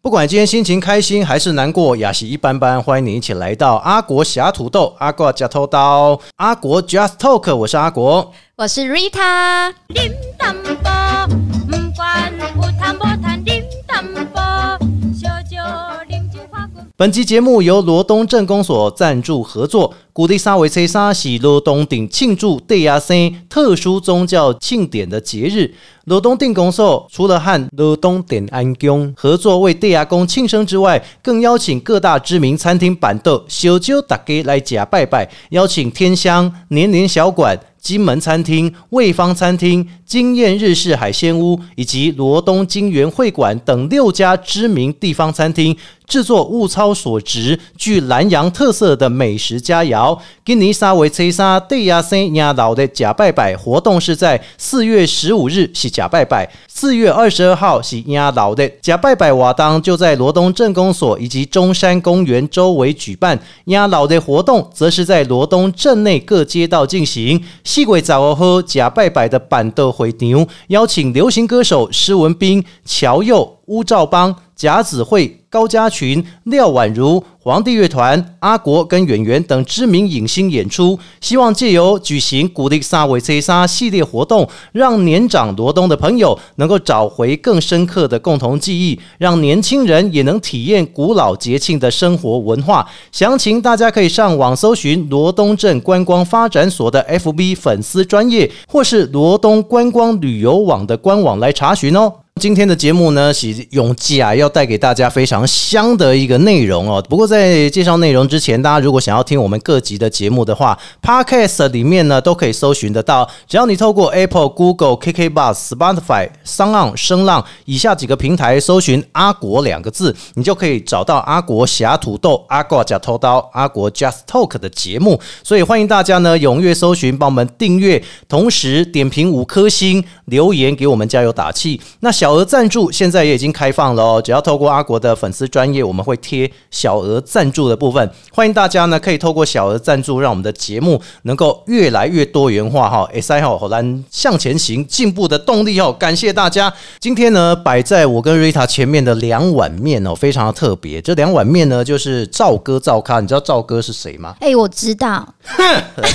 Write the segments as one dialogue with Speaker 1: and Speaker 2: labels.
Speaker 1: 不管今天心情开心还是难过，雅喜一般般，欢迎你一起来到阿国侠土豆、阿国加偷刀、阿国 Just Talk，我是阿国。
Speaker 2: 我是 Rita，
Speaker 3: điểm tâm bò mâm quan u tham bò than điểm tâm bò cho cho điểm chữ hoa cùng
Speaker 1: 本集节目由罗东镇公所赞助合作，鼓励沙维崔沙喜罗东顶庆祝对亚森特殊宗教庆典的节日。罗东定公所除了和罗东点安宫合作为对亚公庆生之外，更邀请各大知名餐厅板凳小酒大家来家拜拜，邀请天香年年小馆。金门餐厅、味方餐厅、惊艳日式海鲜屋以及罗东金源会馆等六家知名地方餐厅制作物超所值、具南洋特色的美食佳肴。今尼沙维崔沙对亚森亚岛的假拜拜活动是在四月十五日是假拜拜，四月二十二号是亚岛的假拜拜瓦当就在罗东镇公所以及中山公园周围举办，亚岛的活动则是在罗东镇内各街道进行。细鬼杂哦喝假拜拜的板凳回牛，邀请流行歌手施文彬、乔佑、乌兆邦、贾子慧、高家群、廖婉如、皇帝乐团、阿国跟演员等知名影星演出，希望借由举行鼓励萨维崔沙系列活动，让年长罗东的朋友能够找回更深刻的共同记忆，让年轻人也能体验古老节庆的生活文化。详情大家可以上网搜寻罗东镇观光发展所的 FB 粉丝专业，或是罗东观光旅游网的官网来查询哦。今天的节目呢，是永记啊，要带给大家非常香的一个内容哦。不过在介绍内容之前，大家如果想要听我们各集的节目的话，Podcast 里面呢都可以搜寻得到。只要你透过 Apple、Google、KK Bus、Spotify、s o n g 声浪以下几个平台搜寻“阿国”两个字，你就可以找到阿国侠土豆、阿国假偷刀、阿国 Just Talk 的节目。所以欢迎大家呢踊跃搜寻，帮我们订阅，同时点评五颗星，留言给我们加油打气。那小额赞助现在也已经开放了哦，只要透过阿国的粉丝专业，我们会贴小额赞助的部分，欢迎大家呢可以透过小额赞助，让我们的节目能够越来越多元化哈。S I 好，荷兰向前行进步的动力哦，感谢大家。今天呢摆在我跟 Rita 前面的两碗面哦，非常的特别。这两碗面呢就是赵哥赵咖，你知道赵哥是谁吗？
Speaker 2: 哎、我知道，
Speaker 1: 这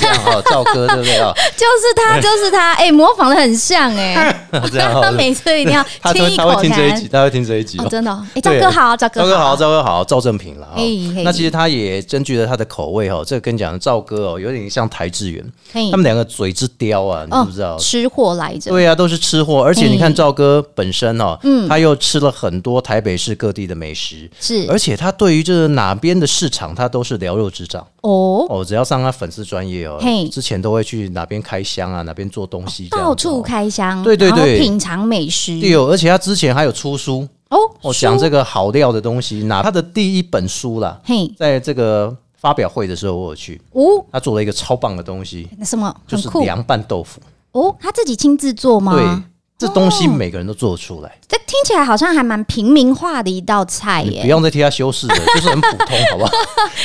Speaker 1: 样哦，赵哥对不对哦？
Speaker 2: 就是他，就是他，哎、模仿的很像、哎，
Speaker 1: 这样哦
Speaker 2: 他每次一定要
Speaker 1: 他
Speaker 2: 亲
Speaker 1: 会
Speaker 2: 一
Speaker 1: 他
Speaker 2: 口
Speaker 1: 会听这一集，
Speaker 2: 痰。
Speaker 1: 他会听这一集
Speaker 2: 哦，
Speaker 1: 哦。
Speaker 2: 真的、哦，哎、赵
Speaker 1: 对
Speaker 2: 哥好，赵
Speaker 1: 赵哥
Speaker 2: 哥
Speaker 1: 好，赵哥好，赵正平了、哦。
Speaker 2: 嘿嘿
Speaker 1: 那其实他也根据了他的口味哦，这个跟你讲，赵哥哦，有点像台志远，
Speaker 2: 嘿
Speaker 1: 他们两个嘴之刁啊，你知不知道？
Speaker 2: 吃货来着，
Speaker 1: 对啊，都是吃货，而且你看
Speaker 2: 嘿嗯
Speaker 1: 赵哥本身哦，他又吃了很多台北市各地的美食，
Speaker 2: 是
Speaker 1: 而且他对于这个哪边的市场，他都是了若指掌
Speaker 2: 哦，
Speaker 1: 哦。只要上他粉丝专业哦
Speaker 2: 嘿，
Speaker 1: 之前都会去哪边开箱啊，哪边做东西这样子哦，
Speaker 2: 到处开箱，
Speaker 1: 对对
Speaker 2: 然后
Speaker 1: 对
Speaker 2: 品尝美食，
Speaker 1: 对哦，而且他之前还有出书
Speaker 2: 哦，
Speaker 1: 哦，
Speaker 2: 书
Speaker 1: 讲这个好料的东西，哪他的第一本书啦，
Speaker 2: 嘿，
Speaker 1: 在这个发表会的时候，我有去，
Speaker 2: 哦，
Speaker 1: 他做了一个超棒的东西，
Speaker 2: 那什么
Speaker 1: 就
Speaker 2: 很
Speaker 1: 是
Speaker 2: 酷
Speaker 1: 凉拌豆腐。
Speaker 2: 哦，他自己亲自做吗？
Speaker 1: 对，这东西每个人都做得出来，
Speaker 2: 这听起来好像还蛮平民化的一道菜
Speaker 1: 你
Speaker 2: 耶
Speaker 1: 不。用再替他修饰了， 就是很普通， 好不好？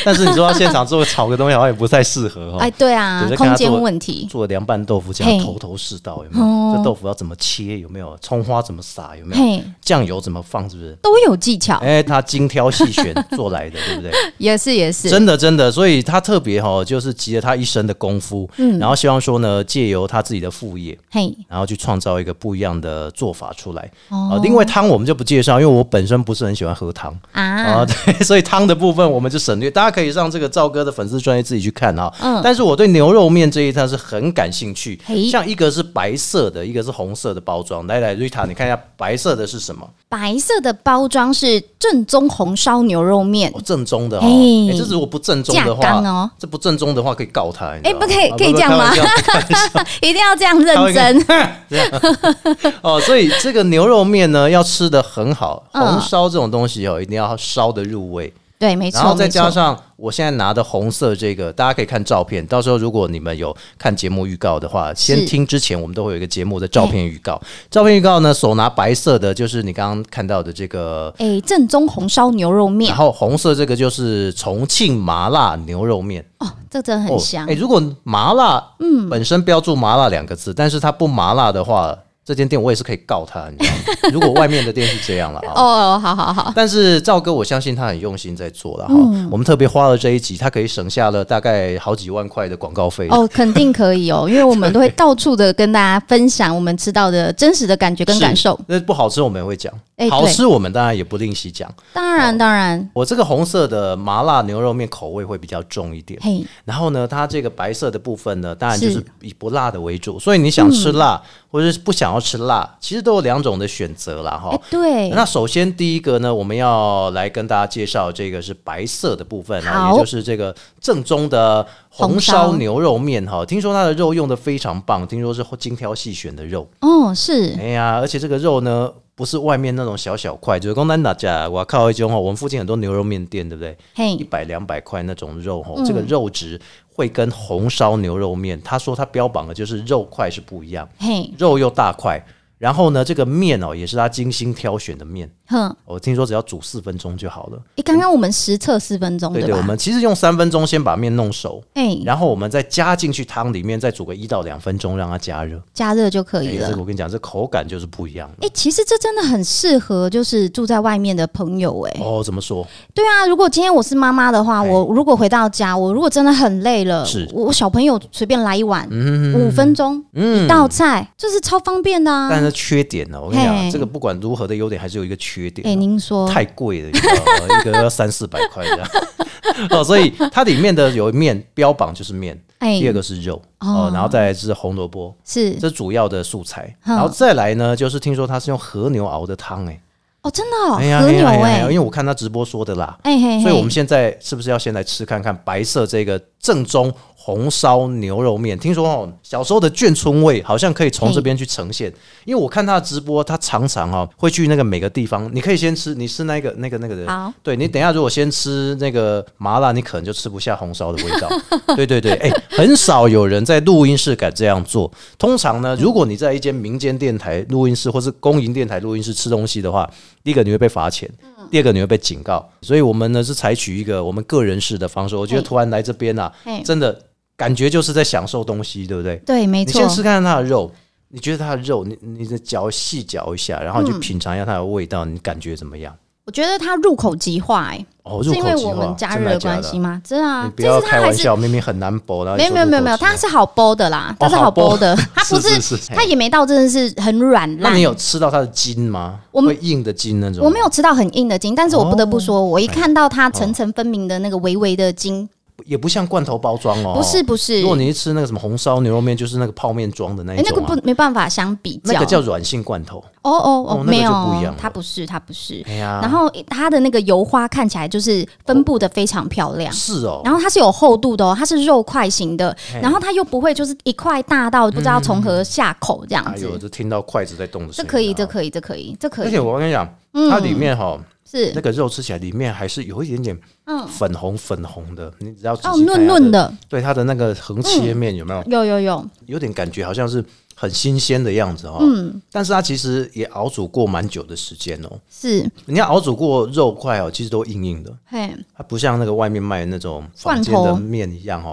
Speaker 1: 但是你说他现场做炒个东西，好像也不太适合
Speaker 2: 哎，
Speaker 1: 哦。
Speaker 2: 对啊
Speaker 1: 对，在看
Speaker 2: 空
Speaker 1: 他做
Speaker 2: 间问题，
Speaker 1: 做凉拌豆腐这样
Speaker 2: 嘿哦
Speaker 1: 头头是道，有没有？这豆腐要怎么切？有没有？葱花怎么撒？有没有？
Speaker 2: 嘿，
Speaker 1: 酱油怎么放？是不是？
Speaker 2: 都有技巧，
Speaker 1: 哎，他精挑细选做来的，对不对？
Speaker 2: 也是也是，
Speaker 1: 真的真的，所以他特别哈，就是集了他一身的功夫，
Speaker 2: 嗯
Speaker 1: 然后希望说呢，借由他自己的副业，
Speaker 2: 嘿，
Speaker 1: 然后去创造一个不一样的做法出来。
Speaker 2: 哦
Speaker 1: 啊、另外汤我们就不介绍，因为我本身不是很喜欢喝汤啊、
Speaker 2: 啊，
Speaker 1: 对，所以汤的部分我们就省略。大家可以上这个赵哥的粉丝专业自己去看啊、
Speaker 2: 嗯
Speaker 1: 但是我对牛肉面这一摊是很感兴趣
Speaker 2: 嘿，
Speaker 1: 像一个是白色的，一个是红色的包装。来来，Rita，你看一下白色的是什么？
Speaker 2: 白色的包装是正宗红烧牛肉面
Speaker 1: 哦，，正宗的哦。
Speaker 2: 嘿
Speaker 1: 哎这如果不正宗的
Speaker 2: 架
Speaker 1: 话，
Speaker 2: 杆哦
Speaker 1: 这不正宗的话可以告他。你知
Speaker 2: 哎
Speaker 1: 道
Speaker 2: 不
Speaker 1: 吗
Speaker 2: 可以
Speaker 1: 啊
Speaker 2: 可以
Speaker 1: 不
Speaker 2: 这样吗
Speaker 1: 开玩笑开玩笑
Speaker 2: 一定要这样
Speaker 1: 他
Speaker 2: 认
Speaker 1: 会
Speaker 2: 真。
Speaker 1: 哦，所以这个牛肉面呢，要吃的很好，
Speaker 2: 嗯
Speaker 1: 红烧这种东西哦，一定要烧的入味，
Speaker 2: 对，没
Speaker 1: 然后
Speaker 2: 错，
Speaker 1: 再
Speaker 2: 没
Speaker 1: 加
Speaker 2: 错。
Speaker 1: 上我现在拿的红色这个，大家可以看照片，到时候如果你们有看节目预告的话，先听之前我们都会有一个节目的照片预告，照片预告呢，手拿白色的就是你刚刚看到的这个。
Speaker 2: 哎，正宗红烧牛肉面
Speaker 1: 然后红色这个就是重庆麻辣牛肉面，
Speaker 2: 哦，这真的
Speaker 1: 哦
Speaker 2: 很香
Speaker 1: 哎、。如果麻辣，嗯，本身标注“麻辣”两个字，但是它不麻辣的话，这间店我也是可以告他，你知道 吗？如果外面的店是这样了啊。
Speaker 2: 哦，好好好，
Speaker 1: 但是赵哥，我相信他很用心在做了哈。
Speaker 2: 嗯
Speaker 1: 我们特别花了这一集，他可以省下了大概好几万块的广告费。
Speaker 2: 哦，肯定可以 哦，因为我们都会到处的跟大家分享我们吃到的真实的感觉跟
Speaker 1: 是
Speaker 2: 感受。
Speaker 1: 那不好吃我们也会讲，
Speaker 2: 哎
Speaker 1: 好
Speaker 2: 对
Speaker 1: 吃我们当然也不吝惜讲。
Speaker 2: 当然，
Speaker 1: 哦
Speaker 2: 当然，
Speaker 1: 我这个红色的麻辣牛肉面口味会比较重一点，
Speaker 2: 嘿，
Speaker 1: 然后呢，它这个白色的部分呢，当然就是
Speaker 2: 是
Speaker 1: 以不辣的为主，所以你想吃辣、或者是不想要吃辣，其实都有两种的选择啦哈。
Speaker 2: 哎，对，
Speaker 1: 那首先第一个呢，我们要来跟大家介绍这个是白色的部分啊，
Speaker 2: 好
Speaker 1: 也就是这个正宗的红烧
Speaker 2: 红烧
Speaker 1: 牛肉面哈。听说它的肉用的非常棒，听说是精挑细选的 肉。
Speaker 2: 哦，是，
Speaker 1: 哎呀，而且这个肉呢，不是外面那种小小块，就是光单打架，我靠一种哈，我们附近很多牛肉面店，对不对？一
Speaker 2: 嘿，
Speaker 1: 百两百块那种肉
Speaker 2: 嗯
Speaker 1: 哈，这个肉质会跟红烧牛肉面，他说他标榜的就是肉块是不一样，
Speaker 2: 嘿，
Speaker 1: 肉又大块，然后呢，这个面哦也是他精心挑选的面。
Speaker 2: 哼，
Speaker 1: 我听说只要煮四分钟就好了。
Speaker 2: 哎，刚刚我们实测四分钟，
Speaker 1: 对对，
Speaker 2: 嗯吧？
Speaker 1: 我们其实用三分钟先把面弄熟，
Speaker 2: 哎，
Speaker 1: 然后我们再加进去汤里面，再煮个一到两分钟让它加热。
Speaker 2: 加热就可
Speaker 1: 哎，
Speaker 2: 以
Speaker 1: 这
Speaker 2: 了
Speaker 1: 个。我跟你讲，这口感就是不一样的。
Speaker 2: 哎、其实这真的很适合，就是住在外面的朋友、哎、
Speaker 1: 哦，怎么说？
Speaker 2: 对啊，如果今天我是妈妈的话，
Speaker 1: 哎
Speaker 2: 我如果回到家，我如果真的很累了，
Speaker 1: 是嗯
Speaker 2: 我我小朋友随便来一碗，五分钟、一道菜，这是超方便的啊。
Speaker 1: 但是缺点哦呢、我跟你讲，
Speaker 2: 嘿
Speaker 1: 这个不管如何的优点，还是有一个缺点、
Speaker 2: 哎、您说，
Speaker 1: 太贵了，你知道吗 一个要三四百块这样。 哦，所以它里面的有面标榜就是面，
Speaker 2: 哎、
Speaker 1: 第二个是肉哦
Speaker 2: 哦，
Speaker 1: 然后再来是红萝卜，
Speaker 2: 是
Speaker 1: 这主要的素材。
Speaker 2: 嗯
Speaker 1: 然后再来呢，就是听说它是用和牛熬的汤，哎，
Speaker 2: 哦，真的、哦，
Speaker 1: 哎呀
Speaker 2: 和
Speaker 1: 哎
Speaker 2: 牛
Speaker 1: 呀
Speaker 2: 哎、
Speaker 1: 哎呀，因为我看他直播说的啦。
Speaker 2: 哎、嘿嘿，
Speaker 1: 所以我们现在是不是要先来吃看看白色这个正宗红烧牛肉面？听说哦，小时候的眷村味好像可以从这边去呈现，因为我看他的直播，他常常哈、哦、会去那个每个地方，你可以先吃，你吃那个那个那个的，
Speaker 2: 好
Speaker 1: 对你等一下如果先吃那个麻辣，你可能就吃不下红烧的味道。 对对对，哎、很少有人在录音室敢这样做。通常
Speaker 2: 嗯
Speaker 1: 呢，如果你在一间民间电台录音室或是公营电台录音室吃东西的话，第一个你会被罚钱，
Speaker 2: 嗯
Speaker 1: 第二个你会被警告。所以我们呢是采取一个我们个人式的方式。我觉得
Speaker 2: 嘿
Speaker 1: 突然来这边啊
Speaker 2: 嘿，
Speaker 1: 真的感觉就是在享受东西，对不对？
Speaker 2: 对，没
Speaker 1: 你
Speaker 2: 错
Speaker 1: 先，吃看看它的肉，你觉得它的肉，你你的嚼细嚼一下，然后你
Speaker 2: 嗯
Speaker 1: 去品尝一下它的味道，你感觉怎么样？
Speaker 2: 我觉得它入口即化、哎，
Speaker 1: 哦，入
Speaker 2: 是
Speaker 1: 口
Speaker 2: 因为
Speaker 1: 即
Speaker 2: 我
Speaker 1: 化
Speaker 2: 们加
Speaker 1: 真
Speaker 2: 热
Speaker 1: 的
Speaker 2: 的
Speaker 1: 假的
Speaker 2: 关系吗？真的
Speaker 1: 你
Speaker 2: 啊，
Speaker 1: 不
Speaker 2: 这
Speaker 1: 要
Speaker 2: 是它
Speaker 1: 开
Speaker 2: 还
Speaker 1: 玩
Speaker 2: 是
Speaker 1: 笑，明明很难剥，然后
Speaker 2: 没有没有没有没有，它
Speaker 1: 它
Speaker 2: 是好剥的啦，它是好 剥的，它不
Speaker 1: 哦是
Speaker 2: 是
Speaker 1: 是是
Speaker 2: 它也没到真的是很软
Speaker 1: 那
Speaker 2: 烂
Speaker 1: 你。有吃到它的筋吗？
Speaker 2: 我
Speaker 1: 会
Speaker 2: 们
Speaker 1: 硬的筋那种？
Speaker 2: 我没有吃到很硬的筋，但是我不得
Speaker 1: 哦
Speaker 2: 不说，我一
Speaker 1: 哎
Speaker 2: 看到它层层分明的那个微微的筋，
Speaker 1: 也不像罐头包装哦。
Speaker 2: 不是。不是
Speaker 1: 如，果你一吃那个什么红烧牛肉面，就是那个泡面装的那一
Speaker 2: 哎，那个
Speaker 1: 种
Speaker 2: 不
Speaker 1: 啊，
Speaker 2: 没办法相比较，
Speaker 1: 那个叫软性罐头。
Speaker 2: 哦哦
Speaker 1: 哦那
Speaker 2: 哦，
Speaker 1: 个
Speaker 2: 没有
Speaker 1: 就不一样了，
Speaker 2: 它不是它不是。
Speaker 1: 哎呀，
Speaker 2: 然后它的那个油花看起来就是分布的非常漂亮。
Speaker 1: 是哦，
Speaker 2: 然后它是有厚度的哦，它是肉块型的
Speaker 1: 嘿，嗯
Speaker 2: 然后它又不会就是一块大到不知道从何下口这样
Speaker 1: 哎
Speaker 2: 子
Speaker 1: 呦，。就听到筷子在动的声
Speaker 2: 这
Speaker 1: 音啊。
Speaker 2: 可以，这可以，这可以，这可
Speaker 1: 而
Speaker 2: 以。
Speaker 1: 且我跟你讲，
Speaker 2: 嗯
Speaker 1: 它里面哈
Speaker 2: 是
Speaker 1: 那个肉吃起来里面还是有一点点
Speaker 2: 嗯，
Speaker 1: 粉红粉红的，你只要仔
Speaker 2: 哦，
Speaker 1: 细看
Speaker 2: 嫩
Speaker 1: 它
Speaker 2: 嫩，的，嗯
Speaker 1: 对它的那个横切面有没有？
Speaker 2: 有有有，
Speaker 1: 有点感觉好像是很新鲜的样子哈。哦
Speaker 2: 嗯，
Speaker 1: 但是它其实也熬煮过蛮久的时间哦。
Speaker 2: 是，
Speaker 1: 人家熬煮过肉块哦，其实都硬硬的，
Speaker 2: 嘿，
Speaker 1: 它不像那个外面卖的那种房间
Speaker 2: 罐
Speaker 1: 的
Speaker 2: 头
Speaker 1: 面一样哦，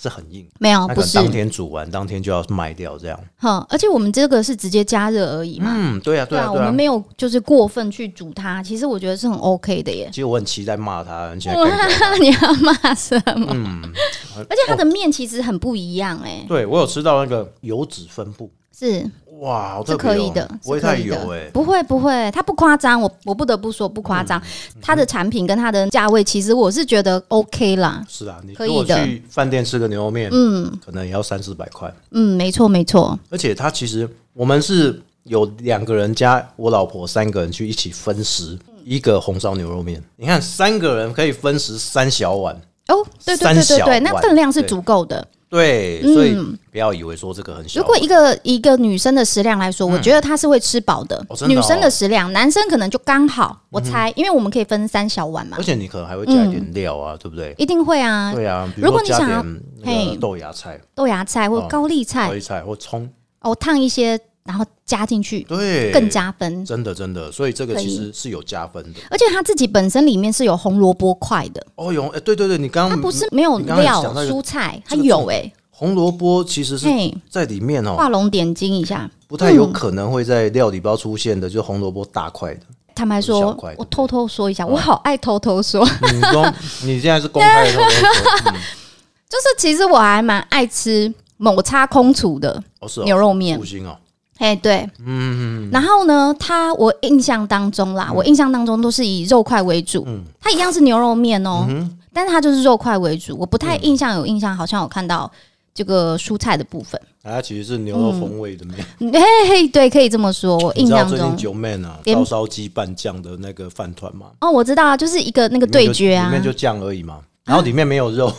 Speaker 1: 是很硬。
Speaker 2: 没有，
Speaker 1: 那
Speaker 2: 嗯啊
Speaker 1: 可
Speaker 2: 不
Speaker 1: 能
Speaker 2: 是，
Speaker 1: 当天煮完，当天就要卖掉这样。
Speaker 2: 哼，而且我们这个是直接加热而已嘛，
Speaker 1: 嗯，对啊，对啊，
Speaker 2: 啊，我
Speaker 1: 对
Speaker 2: 们
Speaker 1: 啊。
Speaker 2: 没有就是过分去煮它，其实我觉得是很 OK 的耶。
Speaker 1: 其实我很期待骂他，很期待干 掉它
Speaker 2: 你要骂什么？
Speaker 1: 嗯，
Speaker 2: 而且它的面其实很不一样哎，
Speaker 1: 对我有吃到那个油脂分布，
Speaker 2: 是
Speaker 1: 哇，好特
Speaker 2: 是
Speaker 1: 别、哦，
Speaker 2: 可以的，
Speaker 1: 不会
Speaker 2: 是
Speaker 1: 太
Speaker 2: 可以
Speaker 1: 油
Speaker 2: 的，
Speaker 1: 哎、
Speaker 2: 不会不会，它不夸张，我我不得不说不夸
Speaker 1: 嗯
Speaker 2: 张，它的产品跟它的价位，其实我是觉得 OK 啦，
Speaker 1: 是啊，你
Speaker 2: 可
Speaker 1: 如果
Speaker 2: 以的
Speaker 1: 去饭店吃个牛肉面，
Speaker 2: 嗯
Speaker 1: 可能也要三四百块。
Speaker 2: 嗯，没错没错，
Speaker 1: 而且它其实我们是有两个人加我老婆三个人去一起分食一个红烧牛肉面。你看三个人可以分食三小碗，
Speaker 2: 哦，对对
Speaker 1: 三
Speaker 2: 对对
Speaker 1: 小
Speaker 2: 对，那
Speaker 1: 碗
Speaker 2: 分量是
Speaker 1: 对
Speaker 2: 足够的。
Speaker 1: 对，
Speaker 2: 嗯
Speaker 1: 所以不要以为说这个很小。嗯
Speaker 2: 如果一个一个女生的食量来说，我觉得她是会吃饱的。
Speaker 1: 哦真的哦嗯
Speaker 2: 女生的食量，男生可能就刚好，我猜，因为我们可以分三小碗嘛
Speaker 1: 而，且你可能还会加一点料啊，对不对？
Speaker 2: 一定会啊。
Speaker 1: 嗯对啊，比
Speaker 2: 如
Speaker 1: 说
Speaker 2: 果你
Speaker 1: 加
Speaker 2: 想要
Speaker 1: 点那个
Speaker 2: 嘿
Speaker 1: 豆芽菜、
Speaker 2: 豆芽菜或
Speaker 1: 哦
Speaker 2: 高丽菜
Speaker 1: 高，丽菜或葱，
Speaker 2: 哦，烫一些，然后加进去，
Speaker 1: 对，
Speaker 2: 更加分。
Speaker 1: 真的真的，所以这个
Speaker 2: 可以
Speaker 1: 其实是有加分的。
Speaker 2: 而且它自己本身里面是有红萝卜块的，
Speaker 1: 哦哟，哎、对对对，你刚
Speaker 2: 它
Speaker 1: 刚
Speaker 2: 不是没有
Speaker 1: 你刚才
Speaker 2: 料
Speaker 1: 讲到一个
Speaker 2: 蔬菜，
Speaker 1: 这
Speaker 2: 它
Speaker 1: 个
Speaker 2: 有
Speaker 1: 重
Speaker 2: 哎，
Speaker 1: 红萝卜，其实是
Speaker 2: 嘿，
Speaker 1: 在里面哦，
Speaker 2: 画龙点睛一下，
Speaker 1: 不太有可能会在料理包出现的，就是红萝卜大块的。嗯
Speaker 2: 坦白
Speaker 1: 小
Speaker 2: 说
Speaker 1: 块，
Speaker 2: 我偷偷说一下，我好爱偷偷说，
Speaker 1: 你公，你现在是公开的时候跟我说，嗯
Speaker 2: 就是其实我还蛮爱吃某叉空厨的
Speaker 1: 哦是哦，
Speaker 2: 牛肉面
Speaker 1: 五，星哦，
Speaker 2: 哎，对，
Speaker 1: 嗯，
Speaker 2: 然后呢，它我印象当中啦，我印象当中都是以肉块为主，
Speaker 1: 嗯
Speaker 2: 它一样是牛肉面哦，但是它就是肉块为主，我不
Speaker 1: 嗯
Speaker 2: 太印象有印象，好像有看到这个蔬菜的部分，
Speaker 1: 它哎其实是牛肉风味的面。
Speaker 2: 嘿嘿，对，可以这么说，我
Speaker 1: 你
Speaker 2: 印
Speaker 1: 知道
Speaker 2: 象
Speaker 1: 最近
Speaker 2: 中，
Speaker 1: 九妹啊，
Speaker 2: 连
Speaker 1: 照烧鸡拌酱的那个饭团吗？
Speaker 2: 哦，我知道啊，就是一个那个
Speaker 1: 里面
Speaker 2: 对
Speaker 1: 就
Speaker 2: 决啊
Speaker 1: 里，面就酱而已嘛，然后里面没有肉，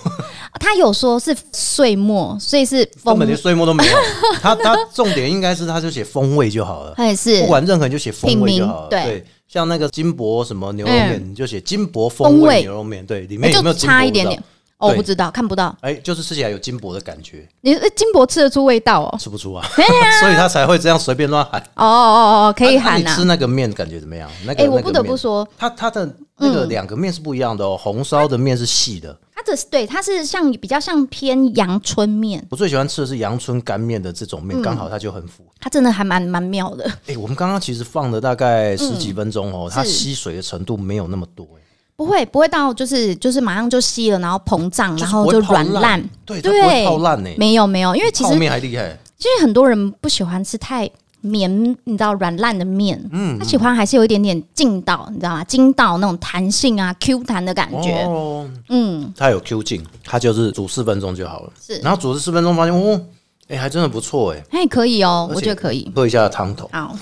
Speaker 2: 他有说是碎末，所以是
Speaker 1: 根
Speaker 2: 风
Speaker 1: 本，连碎末都没有。 它它重点应该是它就写风味就好了，
Speaker 2: 它也
Speaker 1: 不
Speaker 2: 哎是
Speaker 1: 管任何人就写风味就好了。
Speaker 2: 品名
Speaker 1: 对，像那个金箔什么牛肉面，你就写金箔
Speaker 2: 风
Speaker 1: 风
Speaker 2: 味
Speaker 1: 味牛肉面，对，里
Speaker 2: 哎
Speaker 1: 面有没
Speaker 2: 就
Speaker 1: 有金箔
Speaker 2: 差一
Speaker 1: 味
Speaker 2: 点
Speaker 1: 道
Speaker 2: 点。，哦，我
Speaker 1: 对
Speaker 2: 不知道，看不到。
Speaker 1: 哎、就是吃起来有金箔的感觉，
Speaker 2: 你呃金箔吃得出味道 哦？
Speaker 1: 吃不出啊， 所以他才会这样随便乱喊。
Speaker 2: 哦哦哦哦，可以喊
Speaker 1: 啊那
Speaker 2: 呐、
Speaker 1: 你吃那个面感觉怎么样？那个，
Speaker 2: 哎、我
Speaker 1: 那个
Speaker 2: 不得不
Speaker 1: 面，
Speaker 2: 说，嗯
Speaker 1: 它它的那个两个面是不一样的哦，红烧的面是细的，
Speaker 2: 它这是对，它是像比较像偏阳春面，
Speaker 1: 我最喜欢吃的是阳春干面的这种
Speaker 2: 嗯
Speaker 1: 面，刚、好它就很符合。
Speaker 2: 它真的还蛮蛮妙的。
Speaker 1: 哎、我们刚刚其实放了大概十几分钟哦，它
Speaker 2: 嗯是
Speaker 1: 吸水的程度没有那么多、哎
Speaker 2: 不会不会到就是就是马上就吸了，然后膨胀，
Speaker 1: 是
Speaker 2: 然后
Speaker 1: 不
Speaker 2: 就
Speaker 1: 会泡
Speaker 2: 软烂。
Speaker 1: 对，它不会
Speaker 2: 对
Speaker 1: 泡烂呢、哎
Speaker 2: 没有没有，因为其
Speaker 1: 泡
Speaker 2: 实
Speaker 1: 面还厉害，
Speaker 2: 其实很多人不喜欢吃太绵，你知道软烂的面，他喜欢还是有一点点劲道，你知道吗？筋道那种弹性啊、Q 弹的感觉，
Speaker 1: 哦，
Speaker 2: 嗯，
Speaker 1: 它有 Q 劲，它就是煮四分钟就好了。
Speaker 2: 是
Speaker 1: 然后煮了四分钟发现，哦，哎、还真的不错哎、
Speaker 2: 哎，可以哦，
Speaker 1: 而且
Speaker 2: 我觉得可以。
Speaker 1: 喝一下汤头，
Speaker 2: 好，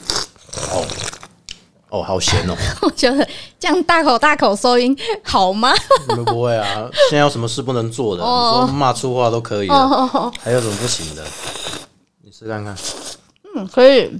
Speaker 1: 哦，好咸哦！
Speaker 2: 我觉得这样大口大口收音好吗？
Speaker 1: 你们不会啊？现在有什么事不能做的？你
Speaker 2: 哦
Speaker 1: 说骂粗话都可以了，
Speaker 2: 哦，
Speaker 1: 还有什么不行的？你试看看，
Speaker 2: 嗯，可以，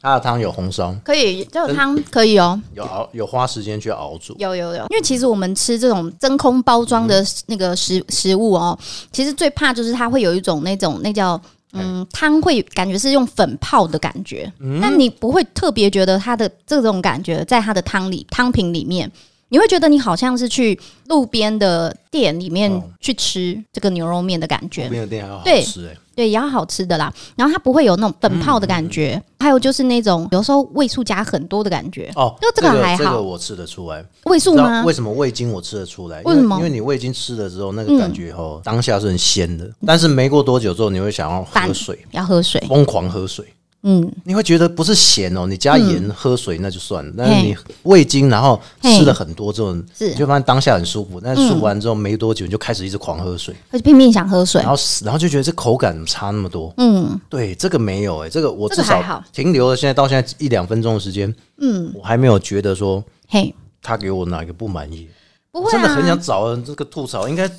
Speaker 1: 它的汤有红烧，
Speaker 2: 可以，这个汤可以哦，
Speaker 1: 有熬，有花时间去熬煮。
Speaker 2: 有有有，因为其实我们吃这种真空包装
Speaker 1: 嗯
Speaker 2: 的那个食食物哦，其实最怕就是它会有一种那种那叫。
Speaker 1: 哎
Speaker 2: 嗯，汤会感觉是用粉泡的感觉，
Speaker 1: 嗯
Speaker 2: 但你不会特别觉得它的这种感觉在它的汤里汤品里面，你会觉得你好像是去路边的店里面
Speaker 1: 哦
Speaker 2: 去吃这个牛肉面的感觉
Speaker 1: 路。边的店还好
Speaker 2: 对
Speaker 1: 吃哎、
Speaker 2: 对，也要好吃的啦。然后它不会有那种粉泡的感觉，
Speaker 1: 嗯
Speaker 2: 还有就是那种有时候味素加很多的感觉，
Speaker 1: 哦，
Speaker 2: 那这个还好
Speaker 1: 这个我吃得出来。
Speaker 2: 味素
Speaker 1: 知道
Speaker 2: 吗
Speaker 1: 为？什么味精我吃得出来？
Speaker 2: 为什么嗯
Speaker 1: 因为因为你味精吃了之后，那个感觉哦，当下是很鲜的，但是没过多久之后，你会想要喝
Speaker 2: 反
Speaker 1: 水，
Speaker 2: 要喝水，
Speaker 1: 疯狂喝水。
Speaker 2: 嗯，
Speaker 1: 你会觉得不是咸哦，你加盐、喝水那就算了，但
Speaker 2: 嘿
Speaker 1: 是你味精，然后
Speaker 2: 嘿
Speaker 1: 吃了很多之后，
Speaker 2: 是
Speaker 1: 你就发现当下很舒服，
Speaker 2: 嗯
Speaker 1: 但是舒服完之后没多久你就开始一直狂喝水，
Speaker 2: 会拼命想喝水
Speaker 1: 然。后然后就觉得这口感怎么差那么多？
Speaker 2: 嗯，
Speaker 1: 对，这个没有哎、这个我
Speaker 2: 这个
Speaker 1: 至
Speaker 2: 还
Speaker 1: 少
Speaker 2: 好
Speaker 1: 停留了现在到现在一两分钟的时间，嗯，我还没有觉得说
Speaker 2: 嘿，
Speaker 1: 他给我哪个不满意，
Speaker 2: 不会啊，
Speaker 1: 真的很想找人这个吐槽，应该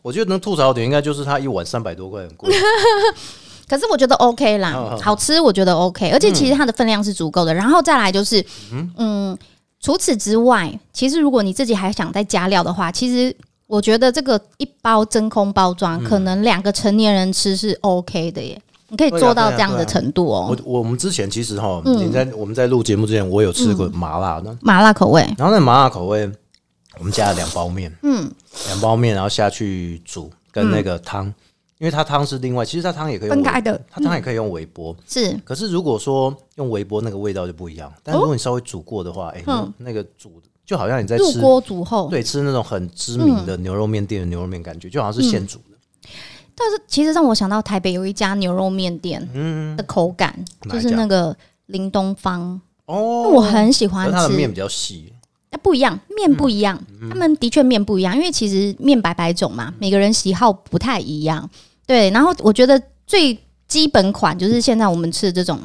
Speaker 1: 我觉得能吐槽的点应该就是他一碗三百多块很 贵，
Speaker 2: 可是我觉得 OK 啦，
Speaker 1: 嗯嗯
Speaker 2: 好吃我觉得 OK，而且
Speaker 1: 嗯
Speaker 2: 其实它的分量是足够的。然后再来就是，嗯，除此之外，其实如果你自己还想再加料的话，其实我觉得这个一包真空包
Speaker 1: 嗯
Speaker 2: 装，可能两个成年人吃是 OK 的耶。你可以
Speaker 1: 对啊
Speaker 2: 做到
Speaker 1: 对啊
Speaker 2: 这样的
Speaker 1: 对啊
Speaker 2: 程度哦、
Speaker 1: 我我们之前其实哈，
Speaker 2: 嗯
Speaker 1: 你在我们在录节目之前，我有吃过麻辣的。
Speaker 2: 麻辣口味，
Speaker 1: 然后那麻辣口味，我们加了两包面，嗯，两包面，然后下去煮跟那个汤，因为它汤是另外，其实它汤也可以用
Speaker 2: 嗯分开的
Speaker 1: 微它汤也可以用微波。
Speaker 2: 是
Speaker 1: 可是如果说用微波，那个味道就不一样。但如果你稍微煮过的话，哎、那
Speaker 2: 哦嗯
Speaker 1: 那个煮的就好像你在
Speaker 2: 入
Speaker 1: 吃
Speaker 2: 锅煮后。
Speaker 1: 对吃那种很知名的牛肉面店的牛肉面，感觉就好
Speaker 2: 嗯
Speaker 1: 像是现煮的。
Speaker 2: 但是其实让我想到台北有一家牛肉面店的口感，
Speaker 1: 嗯哪
Speaker 2: 就
Speaker 1: 一
Speaker 2: 是
Speaker 1: 家
Speaker 2: 那个林东方，
Speaker 1: 哦，
Speaker 2: 我很喜欢
Speaker 1: 可是它的
Speaker 2: 吃。
Speaker 1: 面比嗯较细，
Speaker 2: 那不一样，面不一样，他们的确面不一样，因为其实面百百种
Speaker 1: 嗯
Speaker 2: 嘛，每个人喜好不太一样。对，然后我觉得最基本款就是现在我们吃的这种，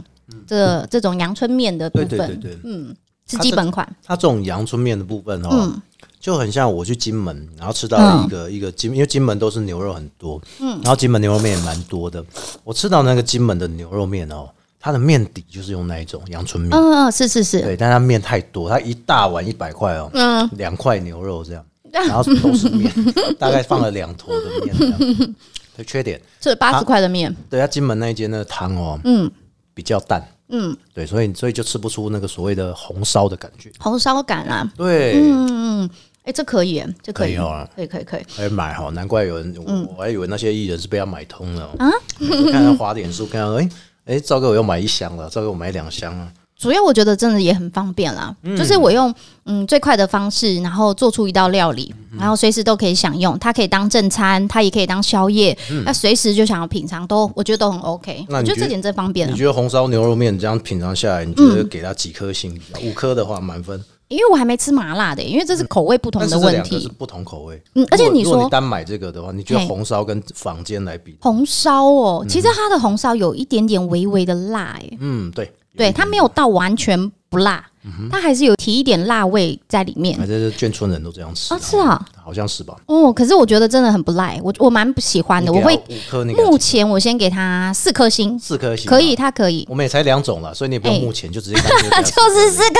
Speaker 2: 这这种阳春面的部
Speaker 1: 嗯对
Speaker 2: 分，
Speaker 1: 对对对。
Speaker 2: 嗯，是
Speaker 1: 它
Speaker 2: 基
Speaker 1: 这
Speaker 2: 本款，
Speaker 1: 它这种阳春面的部分哦，
Speaker 2: 嗯
Speaker 1: 就很像我去金门，然后吃到一个、一个金，因为金门都是牛肉很多，
Speaker 2: 嗯
Speaker 1: 然后金门牛肉面也蛮多的。我吃到那个金门的牛肉面哦，它的面底就是用那一种阳春面，
Speaker 2: 嗯嗯，是是是，
Speaker 1: 对，但它面太多，它一大碗一百块哦，
Speaker 2: 嗯，
Speaker 1: 两块牛肉这样，然后都是 面，大概放了两坨的面这样。对，缺点，
Speaker 2: 这八十块的面，
Speaker 1: 对，它金门那一间的汤哦，
Speaker 2: 嗯
Speaker 1: 比较淡，
Speaker 2: 嗯，
Speaker 1: 对，所以所以就吃不出那个所谓的红烧的感觉，
Speaker 2: 红烧感啊，
Speaker 1: 对，
Speaker 2: 嗯嗯，哎，这可以耶，这可
Speaker 1: 可
Speaker 2: 以，
Speaker 1: 以哦
Speaker 2: 可以可以可以，
Speaker 1: 还买哈，
Speaker 2: 嗯
Speaker 1: 难怪有人，我我还以为那些艺人是被他买通了啊！每次看他花脸书，看到哎、哎，赵哥，我又买一箱了，赵哥，我买两箱了。
Speaker 2: 主要我觉得真的也很方便啦，就是我用嗯最快的方式，然后做出一道料理，
Speaker 1: 嗯
Speaker 2: 然后随时都可以享用。它可以当正餐，它也可以当宵夜，那随时就想要品尝都，我觉得都很 OK。
Speaker 1: 嗯那
Speaker 2: 我
Speaker 1: 你觉得
Speaker 2: 觉得这点真方便啊
Speaker 1: 你
Speaker 2: 了，
Speaker 1: 觉得红烧牛肉面这样品尝下来，你觉得给它几颗星？
Speaker 2: 嗯
Speaker 1: 五颗的话满分。
Speaker 2: 因为我还没吃麻辣的、因为这是口味不同
Speaker 1: 但
Speaker 2: 的
Speaker 1: 是这
Speaker 2: 哦问
Speaker 1: 两个是
Speaker 2: 题。
Speaker 1: 不同口味。
Speaker 2: 嗯，而且
Speaker 1: 如果
Speaker 2: 你
Speaker 1: 如果
Speaker 2: 说
Speaker 1: 你单买这个的话，你觉得
Speaker 2: 嘿
Speaker 1: 红烧跟房间来比？
Speaker 2: 红烧哦，其实它的红烧有一点点微微的辣、欸，
Speaker 1: 嗯，对，
Speaker 2: 对，它没有到完全不辣，它还是有提一点辣味在里面
Speaker 1: 反。正是眷村人哎都这样吃
Speaker 2: 哦，是啊，
Speaker 1: 好像是吧？
Speaker 2: 哦，可是我觉得真的很不赖，我我蛮不喜欢的，
Speaker 1: 你
Speaker 2: 我
Speaker 1: 给它
Speaker 2: 会
Speaker 1: 五颗，你给它
Speaker 2: 目前我先给他四颗星，
Speaker 1: 四颗星啊
Speaker 2: 可以，，他可以，
Speaker 1: 我们也才两种了，所以你也不用
Speaker 2: 哎
Speaker 1: 目前就直接看 这个给它
Speaker 2: 就是四颗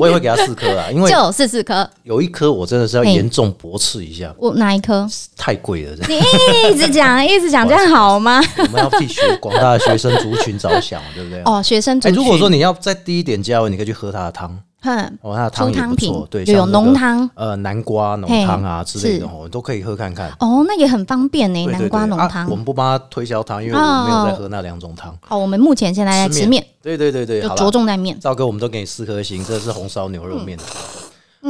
Speaker 1: 我也
Speaker 2: 星，
Speaker 1: 会给它四颗啊，因为
Speaker 2: 就是四颗。
Speaker 1: 有一颗我真的是要严重驳斥一下，
Speaker 2: 我哪一颗？
Speaker 1: 太贵了，这样
Speaker 2: 一直讲，一直讲，这样好 吗？
Speaker 1: 我们要替学广大的学生族群着想，对不对？
Speaker 2: 哦，学生族
Speaker 1: 哎，
Speaker 2: 群，
Speaker 1: 如果说你要再低一点价位，你可以去喝它的汤，
Speaker 2: 哼，
Speaker 1: 哦，它的汤
Speaker 2: 出
Speaker 1: 也
Speaker 2: 汤
Speaker 1: 不
Speaker 2: 品
Speaker 1: 错，对，
Speaker 2: 就有
Speaker 1: 像那个
Speaker 2: 浓汤
Speaker 1: 呃南瓜浓
Speaker 2: 嘿
Speaker 1: 汤啊之类的
Speaker 2: 是
Speaker 1: 哦，都可以喝看看。
Speaker 2: 哦，那也很方便呢，
Speaker 1: 对对
Speaker 2: 南瓜
Speaker 1: 对
Speaker 2: 浓
Speaker 1: 啊
Speaker 2: 汤
Speaker 1: 我。们不帮他推销汤，因为我没有在
Speaker 2: 哦
Speaker 1: 喝那两种汤。
Speaker 2: 好，我们目前现在在吃面，，
Speaker 1: 对对对对，
Speaker 2: 就
Speaker 1: 好
Speaker 2: 着
Speaker 1: 了，
Speaker 2: 重在面。
Speaker 1: 赵哥，我们都给你四颗星，这是红烧牛肉面。
Speaker 2: 嗯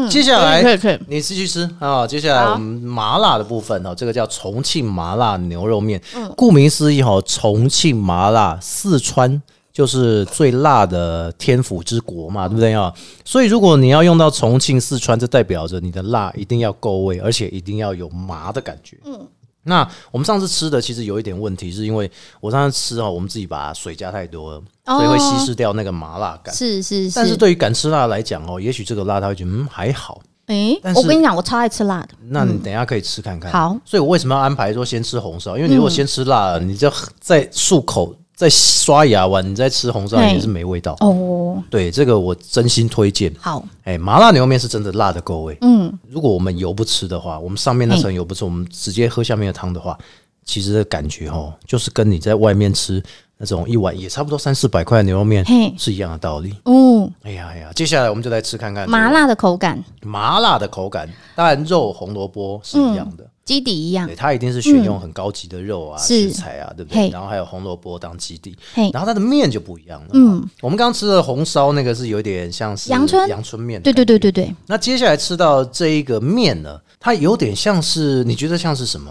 Speaker 1: 接下
Speaker 2: 可
Speaker 1: 来
Speaker 2: 以可以可以
Speaker 1: 你继续吃啊！接下来
Speaker 2: 好
Speaker 1: 我们麻辣的部分哦，这个叫重庆麻辣牛肉面。
Speaker 2: 嗯
Speaker 1: 顾名思义哈，重庆麻辣，四川就是最辣的天府之国嘛，对不对啊？所以如果你要用到重庆、四川，这代表着你的辣一定要够味，而且一定要有麻的感觉。嗯。那我们上次吃的其实有一点问题，是因为我上次吃哦，我们自己把水加太多了，所以会稀释掉那个麻辣感。
Speaker 2: 哦是是
Speaker 1: 但是
Speaker 2: 是，
Speaker 1: 对于敢吃辣来讲哦，也许这个辣他会觉得嗯还好，
Speaker 2: 诶
Speaker 1: 但，是
Speaker 2: 我跟你讲，我超爱吃辣的。
Speaker 1: 那你等一下可以吃看看。
Speaker 2: 嗯好，嗯
Speaker 1: 所以我为什么要安排说先吃红烧？因为你如果先吃辣了，你就在漱口、在刷牙完，你再吃红烧
Speaker 2: 嘿
Speaker 1: 也是没味道。
Speaker 2: 哦，
Speaker 1: 对，这个我真心推荐。
Speaker 2: 好，
Speaker 1: 哎，麻辣牛肉面是真的辣的够味。
Speaker 2: 嗯，
Speaker 1: 如果我们油不吃的话，我们上面那层油不吃，我们直接喝下面的汤的话，其实的感觉哦，就是跟你在外面吃那种一碗也差不多三四百块的牛肉面
Speaker 2: 嘿
Speaker 1: 是一样的道理。
Speaker 2: 哦，
Speaker 1: 哎呀哎呀，接下来我们就来吃看看
Speaker 2: 麻辣的口感，
Speaker 1: 麻辣的口感，当然肉红萝卜是一样的，
Speaker 2: 基底一样
Speaker 1: 对，。它一定是选用很高级的肉啊、
Speaker 2: 嗯是
Speaker 1: 食材啊，对不对？
Speaker 2: 嘿
Speaker 1: 然后还有红萝卜当基底，
Speaker 2: 嘿，
Speaker 1: 然后它的面就不一样了。
Speaker 2: 嗯，
Speaker 1: 我们刚刚吃的红烧那个是有点像是
Speaker 2: 阳春
Speaker 1: 阳春面，
Speaker 2: 对对对。对对。
Speaker 1: 那接下来吃到这一个面呢，它有点像是，你觉得像是什么？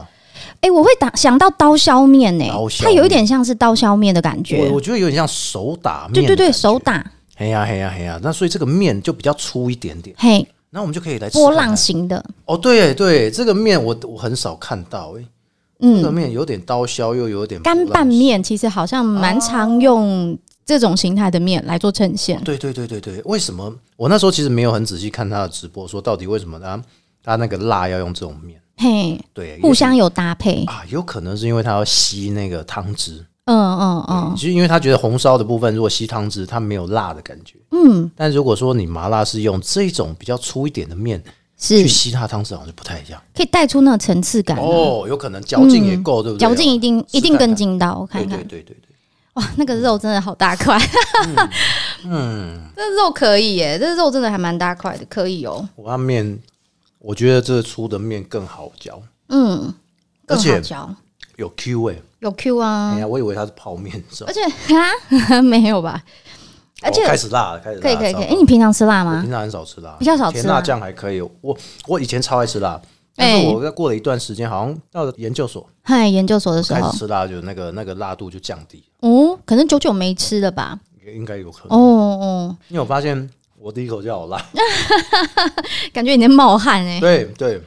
Speaker 2: 哎、我会打想到刀削面呢、
Speaker 1: 刀削
Speaker 2: 它有一点像是刀削面的感觉
Speaker 1: 我。我觉得有点像手打面，
Speaker 2: 对对对，手。打，
Speaker 1: 哎呀哎呀哎呀，那所以这个面就比较粗一点点，
Speaker 2: 嘿，
Speaker 1: 那我们就可以来吃
Speaker 2: 波
Speaker 1: 看
Speaker 2: 浪
Speaker 1: 看
Speaker 2: 形的，
Speaker 1: 哦，对对，这个面我我很少看到哎、这个
Speaker 2: 嗯，
Speaker 1: 面有点刀削，又有点
Speaker 2: 干
Speaker 1: 波
Speaker 2: 拌
Speaker 1: 浪形。
Speaker 2: 面其实好像蛮常用这种形态的面来做呈现。
Speaker 1: 对对对对对，为什么我那时候其实没有很仔细看他的直播，说到底为什么他他那个辣要用这种面？
Speaker 2: 嘿，
Speaker 1: 对，也
Speaker 2: 互
Speaker 1: 许
Speaker 2: 相有搭配，
Speaker 1: 啊，有可能是因为他要吸那个汤汁，
Speaker 2: 嗯嗯嗯，
Speaker 1: 就是因为他觉得红烧的部分如果吸汤汁，它没有辣的感觉。
Speaker 2: 嗯，
Speaker 1: 但如果说你麻辣是用这种比较粗一点的面去
Speaker 2: 是
Speaker 1: 吸它的汤汁，好像就不太一样。
Speaker 2: 可以带出那个层次感、啊。
Speaker 1: 哦，有可能嚼劲也够，对不对？
Speaker 2: 嗯嚼劲一定
Speaker 1: 试
Speaker 2: 一定
Speaker 1: 看
Speaker 2: 更
Speaker 1: 看
Speaker 2: 劲道，我看
Speaker 1: 对
Speaker 2: 看
Speaker 1: 对对对对，
Speaker 2: 哇，那个肉真的好大块，
Speaker 1: 嗯，
Speaker 2: 这肉可以耶，这肉真的还蛮大块的，可以哦，
Speaker 1: 我看面，我觉得这粗的面更好嚼，
Speaker 2: 嗯，
Speaker 1: 而
Speaker 2: 更
Speaker 1: 且
Speaker 2: 好嚼，
Speaker 1: 有 Q 味、
Speaker 2: 有 Q 啊，
Speaker 1: 哎呀，我以为它是泡面，是吧
Speaker 2: 而？且 啊，没有吧？而且、
Speaker 1: 哦开始辣了，开始辣
Speaker 2: 可以可以可以，哎、
Speaker 1: 哎，
Speaker 2: 你平常吃辣
Speaker 1: 我
Speaker 2: 吗
Speaker 1: 平？常很少吃辣，
Speaker 2: 比较少吃
Speaker 1: 甜辣
Speaker 2: 辣
Speaker 1: 酱还可以。我我以前超爱吃辣，但是
Speaker 2: 哎
Speaker 1: 我在过了一段时间，好像到了研究所
Speaker 2: 嗨，研究所的时
Speaker 1: 开
Speaker 2: 候
Speaker 1: 始，吃辣，就那个那个辣度就降低，
Speaker 2: 哦，可能久久没吃了吧？
Speaker 1: 也应该有可
Speaker 2: 哦
Speaker 1: 能。
Speaker 2: 哦，
Speaker 1: 因为我发现我第一口就好辣，
Speaker 2: 感觉你在冒汗 哎、
Speaker 1: 对对，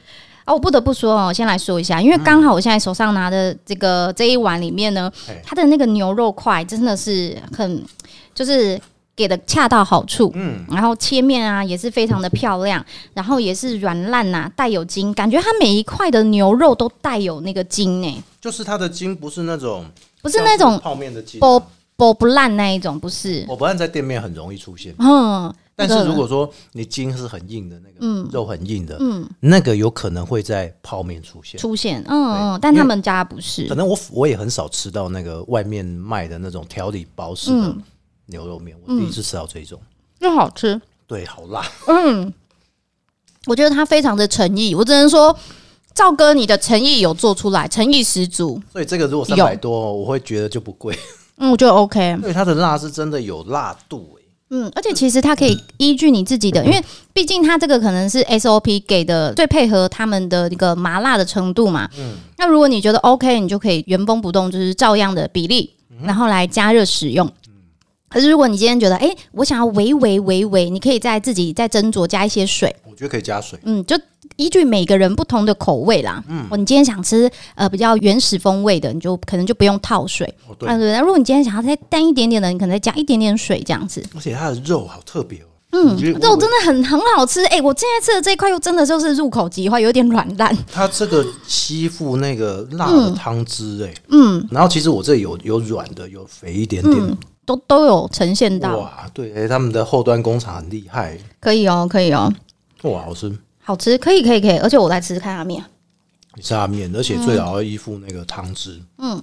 Speaker 2: 啊，我不得不说哦，先来说一下，因为
Speaker 1: 嗯
Speaker 2: 刚好我现在手上拿的这个这一碗里面呢
Speaker 1: 哎，
Speaker 2: 它的那个牛肉块真的是很，就是给的恰到好处，嗯，然后切面啊也是非常的漂亮，然后也是软烂呐、带有筋，感觉它每一块的牛肉都带有那个筋呢、
Speaker 1: 就是它的筋不是那种不
Speaker 2: 不是那种
Speaker 1: 泡面的筋啊。
Speaker 2: 剥剥不烂那一种，不是？
Speaker 1: 我不按在店面很容易出现，
Speaker 2: 嗯，
Speaker 1: 但
Speaker 2: 那
Speaker 1: 是
Speaker 2: 个
Speaker 1: 如果说你筋是很硬的那个，肉很硬的，
Speaker 2: 嗯
Speaker 1: 那个有可能会在泡面出现。
Speaker 2: 出现，嗯
Speaker 1: 对
Speaker 2: 嗯，但他们家不是
Speaker 1: 可，能我我也很少吃到那个外面卖的那种调理包式的
Speaker 2: 嗯
Speaker 1: 牛肉面，我第一次吃到这种，
Speaker 2: 又好吃，
Speaker 1: 对，好辣，
Speaker 2: 嗯，我觉得他非常的诚意，我只能说。赵哥，你的诚意有做出来，诚意十足。
Speaker 1: 所以这个如果三
Speaker 2: 有
Speaker 1: 百多，我会觉得就不贵，
Speaker 2: 嗯，我觉得 OK。
Speaker 1: 对，它的辣是真的有辣度、欸，
Speaker 2: 嗯，而且其实它可以依据你自己的，因为毕竟它这个可能是 SOP 给的最配合他们的一个麻辣的程度嘛。嗯，那如果你觉得 OK，你就可以原封不动，就是照样的比例，然后来加热使用。可是如果你今天觉得，哎、我想要微微微微，你可以再自己再斟酌加一些水，
Speaker 1: 我觉得可以加水。
Speaker 2: 嗯，就依据每个人不同的口味啦。嗯，哦，你今天想吃呃比较原始风味的，你就可能就不用泡水。
Speaker 1: 哦，对，
Speaker 2: 啊，对。那如果你今天想要再淡一点点的，你可能再加一点点水这样子。
Speaker 1: 而且它的肉好特别哦。
Speaker 2: 嗯
Speaker 1: 我觉得，
Speaker 2: 肉
Speaker 1: 我
Speaker 2: 真的很很好吃。哎、我现在吃的这一块又真的就是入口即化，有点软烂。
Speaker 1: 它这个吸附那个辣的汤汁、欸，哎、
Speaker 2: 嗯
Speaker 1: 然后其实我这里有有软的，有肥一点点。
Speaker 2: 嗯，都都有呈现到，
Speaker 1: 哇，对，哎、他们的后端工厂很厉害，
Speaker 2: 可以哦，可以哦，
Speaker 1: 哇，好吃。
Speaker 2: 好吃，可以可以可以。而且我来吃吃看阿面，
Speaker 1: 你吃它面，而且最
Speaker 2: 嗯
Speaker 1: 好要依附那个汤汁，嗯，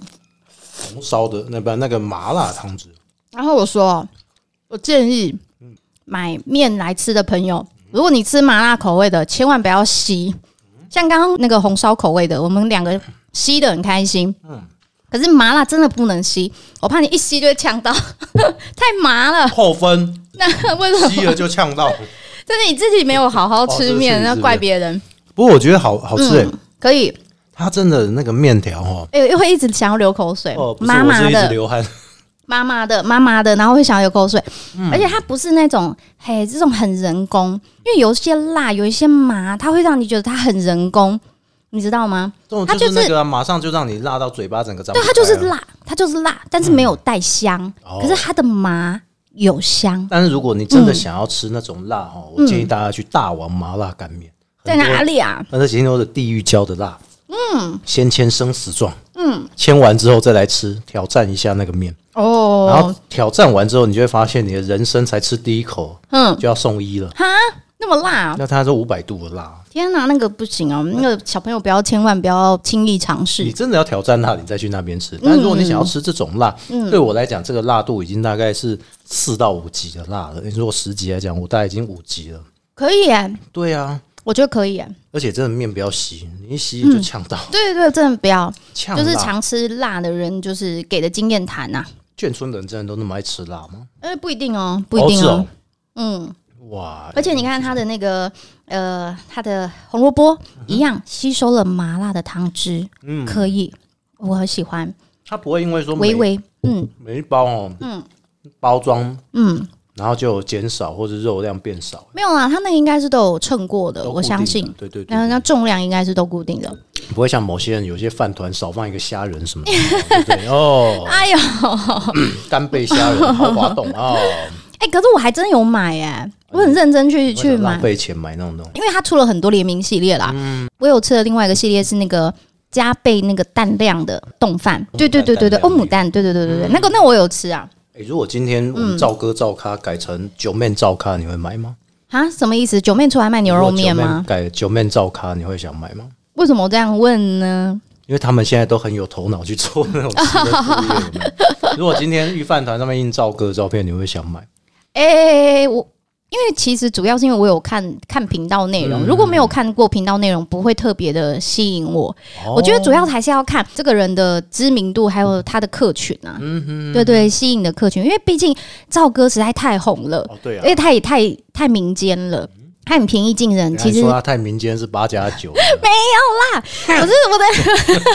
Speaker 1: 红烧的那不那个麻辣汤汁，
Speaker 2: 然后我说，我建议买面来吃的朋友，如果你吃麻辣口味的，千万不要吸。像刚刚那个红烧口味的，我们两个吸的很开心。嗯，可是麻辣真的不能吸，我怕你一吸就会呛到， 太麻 了。
Speaker 1: 扣分，
Speaker 2: 那为什
Speaker 1: 吸
Speaker 2: 么？
Speaker 1: 了就呛到。
Speaker 2: 就是你自己没有好好吃
Speaker 1: 哦
Speaker 2: 面，
Speaker 1: 是是
Speaker 2: 那怪别人。
Speaker 1: 不过我觉得好好吃哎、
Speaker 2: 嗯，可以，
Speaker 1: 它真的那个面条哦，
Speaker 2: 哎、又会一直想要流口水
Speaker 1: 哦，，不是
Speaker 2: 麻
Speaker 1: 我
Speaker 2: 麻
Speaker 1: 是一直
Speaker 2: 的，
Speaker 1: 流 汗，
Speaker 2: 麻麻的，麻麻的，然后会想要流口水，
Speaker 1: 嗯
Speaker 2: 而且它不是那种嘿这种很人工，因为有一些辣，有一些麻，它会让你觉得它很人工，你知道吗？
Speaker 1: 这种
Speaker 2: 它
Speaker 1: 就是
Speaker 2: 就是
Speaker 1: 那个啊、马上就让你辣到嘴巴整个张不
Speaker 2: 对，
Speaker 1: 开
Speaker 2: 它
Speaker 1: 啊，
Speaker 2: 就是辣，它就是辣，但是没有带香，
Speaker 1: 哦
Speaker 2: 可是它的麻有香，
Speaker 1: 但是如果你真的想要吃那种辣哦，我建议大家去大王麻辣干面，
Speaker 2: 嗯在
Speaker 1: 很多
Speaker 2: 哪？里啊？
Speaker 1: 那几天都是地狱椒的辣，嗯，先签生死状，嗯，签完之后再来吃，挑战一下那个面，然后
Speaker 2: 哦，
Speaker 1: 挑战完之后，你就会发现你的人生才吃第一口
Speaker 2: 嗯，
Speaker 1: 就要送医了。
Speaker 2: 哈，那么辣啊、
Speaker 1: 那它是五百度的辣，
Speaker 2: 天哪，那个不行哦，那个小朋友不要，千万不要轻易尝
Speaker 1: 你
Speaker 2: 试。
Speaker 1: 真的要挑战辣，你再去那边吃。
Speaker 2: 嗯
Speaker 1: 但如果你想要吃这种辣，对我来讲，这个辣度已经大概是四到五级的辣了。你如果十级来讲，我大概已经五级了。
Speaker 2: 可以耶，
Speaker 1: 对啊，
Speaker 2: 我觉得可以耶。
Speaker 1: 而且真的面不要吸，你一吸就呛到，
Speaker 2: 对对对，真的不要，
Speaker 1: 呛
Speaker 2: 嗯就是
Speaker 1: 辣。
Speaker 2: 常吃辣的人，就是给的经验谈呐、
Speaker 1: 眷村人真的都那么爱吃辣吗？
Speaker 2: 哎，不一定哦，不一定
Speaker 1: 是哎
Speaker 2: 哦。嗯，
Speaker 1: 哇！
Speaker 2: 而且你看它的那个呃，它的红萝卜一样吸收了麻辣的汤汁，可以，我很喜欢。
Speaker 1: 它不会因为说每
Speaker 2: 微微，嗯
Speaker 1: 每一包哦，
Speaker 2: 嗯
Speaker 1: 包装
Speaker 2: 嗯，
Speaker 1: 然后就有减少或者肉量变少，
Speaker 2: 没有啦，它那个应该是都有称过
Speaker 1: 都
Speaker 2: 的，
Speaker 1: 固
Speaker 2: 我
Speaker 1: 定
Speaker 2: 相
Speaker 1: 的
Speaker 2: 信。
Speaker 1: 对对对
Speaker 2: 然后
Speaker 1: 对
Speaker 2: 那重量应该是都固定的。
Speaker 1: 不会像某些人有些饭团少放一个虾仁什么 的，对不对？哦，
Speaker 2: 哎呦，
Speaker 1: 干贝虾仁豪华冻哦，
Speaker 2: 哎，可是我还真有买哎，我很认真去去
Speaker 1: 为什么
Speaker 2: 买
Speaker 1: 浪，费钱买那种东西，
Speaker 2: 因为它出了很多联名系列啦。
Speaker 1: 嗯
Speaker 2: 我有吃的另外一个系列是那个加倍那个蛋量的冻饭，对对对对
Speaker 1: 哦
Speaker 2: 对，
Speaker 1: 蛋嗯
Speaker 2: 欧姆蛋，对对对对对，那个那我有吃啊
Speaker 1: 诶哎如果今天我们赵哥赵咖改成九面赵咖，你会买吗？
Speaker 2: 啊，什么意思？九妹出来卖牛肉面
Speaker 1: 如果九妹
Speaker 2: 吗？
Speaker 1: 改九面赵咖，你会想买吗？
Speaker 2: 为什么我这样问呢？
Speaker 1: 因为他们现在都很有头脑去做那种吃的副业有没有。如果今天御饭团上面印赵哥的照片，你会想买？
Speaker 2: 哎、我。因为其实主要是因为我有看看频道内
Speaker 1: 嗯
Speaker 2: 容，如果没有看过频道内容，不会特别的吸引我。
Speaker 1: 哦
Speaker 2: 我觉得主要还是要看这个人的知名度，还
Speaker 1: 嗯
Speaker 2: 有他的客群啊，对对，吸引的客群。因为毕竟赵哥实在太红了，
Speaker 1: 哦，对
Speaker 2: 因为他也太太民间了，他很平易近人。
Speaker 1: 其
Speaker 2: 其实
Speaker 1: 实说啊他太民间是八加九，
Speaker 2: 可是我的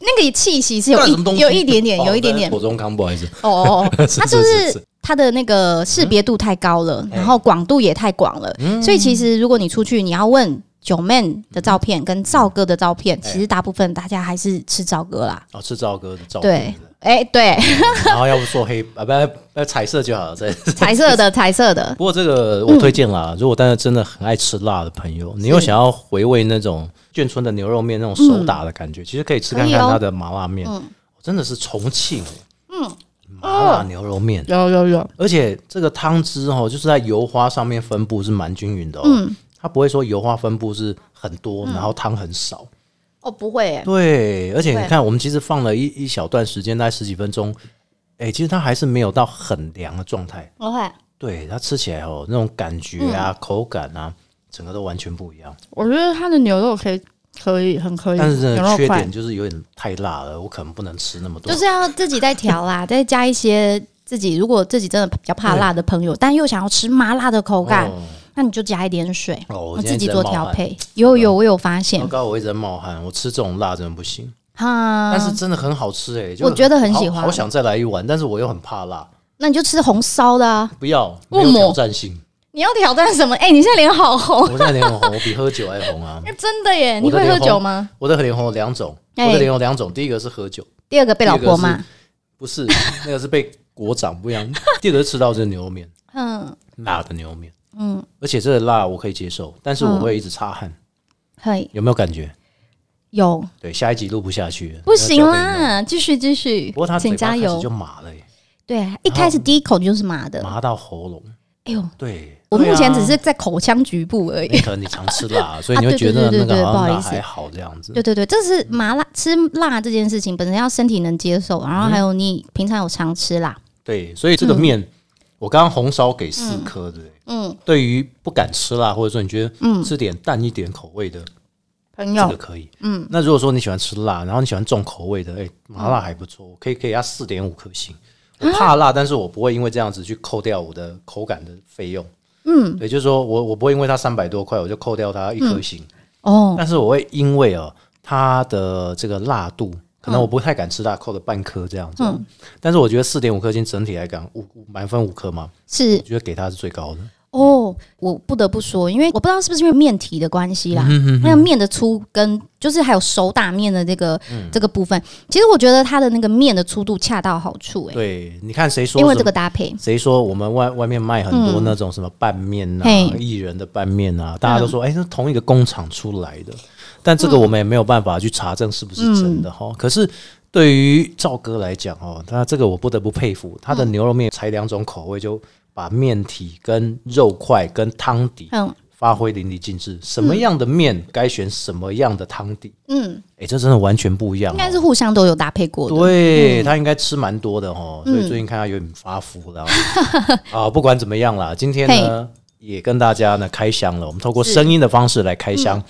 Speaker 2: 那个气息是有
Speaker 1: 干什么东
Speaker 2: 一
Speaker 1: 西
Speaker 2: 有一点点，有一点点
Speaker 1: 左中康不好意思，
Speaker 2: 哦哦，哦他就是
Speaker 1: 是
Speaker 2: 是他的那个识别度太高了，
Speaker 1: 哎
Speaker 2: 然后广度也太广了，所以其实如果你出去，你要问。九妹的照片跟赵哥的照片，
Speaker 1: 哎
Speaker 2: 其实大部分大家还是吃赵哥啦。
Speaker 1: 哦，是赵哥的照
Speaker 2: 对
Speaker 1: 片，，
Speaker 2: 哎、 对，
Speaker 1: 然后要不做黑啊，不要不要彩色就好了。这
Speaker 2: 彩色的，彩色 的，
Speaker 1: 不过这个我推荐啦，如果大家真的很爱吃辣的朋友，你又想要回味那种眷村的牛肉面那种手打的感觉，其实可以吃看看
Speaker 2: 可以哦
Speaker 1: 它的麻辣面，真的是重庆，嗯，麻辣牛肉面，
Speaker 2: 有有有，
Speaker 1: 而且这个汤汁哦，就是在油花上面分布是蛮均匀的哦，
Speaker 2: 嗯
Speaker 1: 它不会说油花分布是很多，然后汤很少。
Speaker 2: 哦，不会、哎，
Speaker 1: 对，而且你
Speaker 2: 对
Speaker 1: 看，我们其实放了一一小段时间，大概十几分钟，哎、其实它还是没有到很凉的状态。
Speaker 2: 不会，
Speaker 1: 对，它吃起来
Speaker 2: 嗯
Speaker 1: 哦，那种感觉啊、口感啊，整个都完全不一样。
Speaker 2: 我觉得它的牛肉可以可以，很可以。
Speaker 1: 但是真
Speaker 2: 牛
Speaker 1: 的
Speaker 2: 肉
Speaker 1: 缺
Speaker 2: 块
Speaker 1: 点就是有点太辣了，我可能不能吃那么多。
Speaker 2: 就是要自己再调啦， 再加一些自己如果自己真的比较怕辣的朋友，但又想要吃麻辣的口感，
Speaker 1: 哦
Speaker 2: 那你就加一点水，
Speaker 1: 哦，我
Speaker 2: 我
Speaker 1: 今天
Speaker 2: 自
Speaker 1: 一
Speaker 2: 己
Speaker 1: 直在
Speaker 2: 做
Speaker 1: 冒
Speaker 2: 调
Speaker 1: 汗。
Speaker 2: 配。有有，我有发现
Speaker 1: 糟糕，我一直在冒汗，我吃这种辣真的不行。
Speaker 2: 哈
Speaker 1: 但。是真的很好吃哎、就
Speaker 2: 嗯我觉得很喜
Speaker 1: 好
Speaker 2: 欢
Speaker 1: 好想再来一碗，但是我又很怕辣，
Speaker 2: 那你就吃红烧的啊！
Speaker 1: 不要，没
Speaker 2: 为什么
Speaker 1: 有挑战性。
Speaker 2: 你要挑战什么？哎、你现在脸好红，
Speaker 1: 我 现在脸很红，我比喝酒还红 啊！
Speaker 2: 真的耶！
Speaker 1: 我
Speaker 2: 你
Speaker 1: 的
Speaker 2: 会喝
Speaker 1: 脸红
Speaker 2: 酒吗？
Speaker 1: 我的脸红有两种，
Speaker 2: 哎
Speaker 1: 我的脸有两种，第一个是喝酒，
Speaker 2: 第二个被老婆
Speaker 1: 第二个
Speaker 2: 骂
Speaker 1: 是，不是那个是被国长不一样， 第二个是吃到这牛肉面，
Speaker 2: 嗯，
Speaker 1: 辣的牛肉面，嗯，而且这个辣我可以接受，但
Speaker 2: 嗯
Speaker 1: 是我会一直擦汗，
Speaker 2: 嘿，
Speaker 1: 有没有感觉？
Speaker 2: 有
Speaker 1: 对，下一集录不下去了，
Speaker 2: 不行
Speaker 1: 那交给你了。
Speaker 2: 啦，继续继续
Speaker 1: 不过他，嘴
Speaker 2: 请
Speaker 1: 巴
Speaker 2: 加
Speaker 1: 开始就
Speaker 2: 油！
Speaker 1: 麻了、欸，
Speaker 2: 对，啊一开始第一口就是麻的，
Speaker 1: 麻到喉咙。
Speaker 2: 哎呦，
Speaker 1: 对，
Speaker 2: 我
Speaker 1: 对
Speaker 2: 目前
Speaker 1: 啊
Speaker 2: 只是在口腔局部而已。
Speaker 1: 你可能你常吃辣，所以
Speaker 2: 啊
Speaker 1: 你会
Speaker 2: 对
Speaker 1: 觉
Speaker 2: 对
Speaker 1: 得
Speaker 2: 对
Speaker 1: 那
Speaker 2: 对
Speaker 1: 个
Speaker 2: 对
Speaker 1: 好
Speaker 2: 不好
Speaker 1: 像辣
Speaker 2: 意思
Speaker 1: 还好这样子。
Speaker 2: 对对对，这是麻辣吃辣这件事情本身要身体能接受，然后还有你平常有常吃辣，
Speaker 1: 对，所以这个面，我刚刚红烧给四颗，对不对？
Speaker 2: 嗯，
Speaker 1: 对于不敢吃辣，或者说你觉得吃点淡一点口味的，
Speaker 2: 朋
Speaker 1: 这个可以。嗯，那如果说你喜欢吃辣，然后你喜欢重口味的，哎，麻辣还不错，我可以可以要四点五颗星。我怕辣，但是我不会因为这样子去扣掉我的口感的费用。嗯，也就是说我我不会因为它三百多块我就扣掉它一颗星。
Speaker 2: 哦，
Speaker 1: 但是我会因为哦，它的这个辣度，可能我不太敢吃辣，扣了半颗这样子。但是我觉得四点五颗星整体来讲，五五满分五颗嘛，
Speaker 2: 是
Speaker 1: 我觉得给它是最高的。
Speaker 2: 哦，我不得不说，因为我不知道是不是因为面体的关
Speaker 1: 嗯
Speaker 2: 系啦，那个面的粗跟就是还有手打面的这个、
Speaker 1: 嗯
Speaker 2: 这个部分，其实我觉得它的那个面的粗度恰到好处、欸，
Speaker 1: 对，你看谁说
Speaker 2: 因为
Speaker 1: 什么
Speaker 2: 这个搭配，
Speaker 1: 谁说我们外外面卖很多那种什么拌面啊
Speaker 2: 嘿，
Speaker 1: 艺、人的拌面啊，大家都说哎，那、同一个工厂出来的，但这个我们也没有办法去查证是不是真的哈、可是对于赵哥来讲哦，他这个我不得不佩服，他的牛肉面才两种口味就把面体跟肉块跟汤底
Speaker 2: 嗯
Speaker 1: 发挥淋漓尽致，什么样的面该选什么样的汤底，
Speaker 2: 嗯，
Speaker 1: 哎、这真的完全不一样、哦。
Speaker 2: 应该是互相都有搭配过的，嗯
Speaker 1: 对他应该吃蛮多的哦，所以最近看他有点发福了。 啊，不管怎么样啦，今天呢也跟大家呢开箱了，我们透过声音的方式来开
Speaker 2: 嗯
Speaker 1: 箱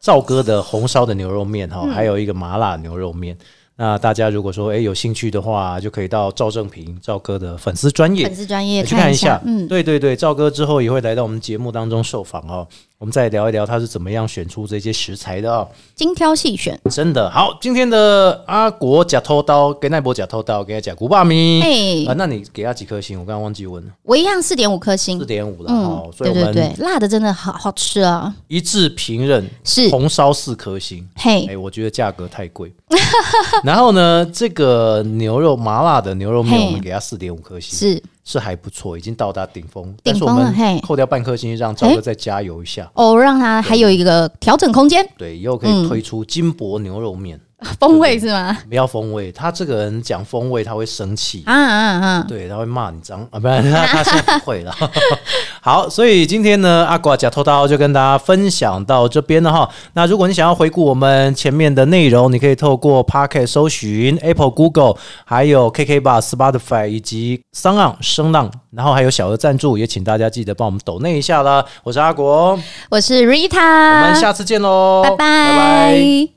Speaker 1: 赵哥的红烧的牛肉面哈，还有一个麻辣牛肉面。那大家如果说哎有兴趣的话，就可以到赵正平赵哥的粉丝专业
Speaker 2: 粉丝专业
Speaker 1: 去看
Speaker 2: 一
Speaker 1: 一下。
Speaker 2: 嗯，
Speaker 1: 对对对，赵哥之后也会来到我们节目当中受访哦，我们再聊一聊他是怎么样选出这些食材的哦。
Speaker 2: 精挑细选，
Speaker 1: 真的好，今天的阿国假偷刀跟奈博假偷刀，给他假古巴咪。啊、
Speaker 2: 哎、
Speaker 1: 那你给他几颗星？我刚刚忘记问了，
Speaker 2: 我一样四点五颗星
Speaker 1: 四，点五了
Speaker 2: 嗯
Speaker 1: 哦，，所以
Speaker 2: 对
Speaker 1: 我
Speaker 2: 对对
Speaker 1: 们，
Speaker 2: 辣的真的好好吃啊！
Speaker 1: 一致评认
Speaker 2: 是
Speaker 1: 红烧四颗星。哎、
Speaker 2: 嘿，
Speaker 1: 我觉得价格太贵。 然后呢，这个牛肉麻辣的牛肉面，
Speaker 2: 嘿
Speaker 1: 我们给他四点五颗星，
Speaker 2: 是
Speaker 1: 是还不错，已经到达顶峰。但
Speaker 2: 顶
Speaker 1: 是
Speaker 2: 峰
Speaker 1: 我
Speaker 2: 了
Speaker 1: 们
Speaker 2: 嘿哎
Speaker 1: 扣掉半颗星，让赵哥再加油一下。
Speaker 2: 哦，让它还有一个调整空间，
Speaker 1: 对，以后可
Speaker 2: 嗯
Speaker 1: 以推出金箔牛肉面，
Speaker 2: 风味是吗？
Speaker 1: 不要风味。他这个人讲风味，他会生气。
Speaker 2: 啊啊啊！
Speaker 1: 对，他会骂你脏啊，不然他他现在不会了。 好，所以今天呢，阿瓜假偷刀就跟大家分享到这边了哈。那如果你想要回顾我们前面的内容，你可以透过 Pocket 搜寻 Apple、Google，还有 KK Bar、Spotify 以及商浪、声浪，然后还有小额赞助，也请大家记得帮我们抖内一下啦。我是阿国，
Speaker 2: 我是
Speaker 1: 我们
Speaker 2: Rita，
Speaker 1: 下次见喽，
Speaker 2: 拜
Speaker 1: 拜拜
Speaker 2: 拜。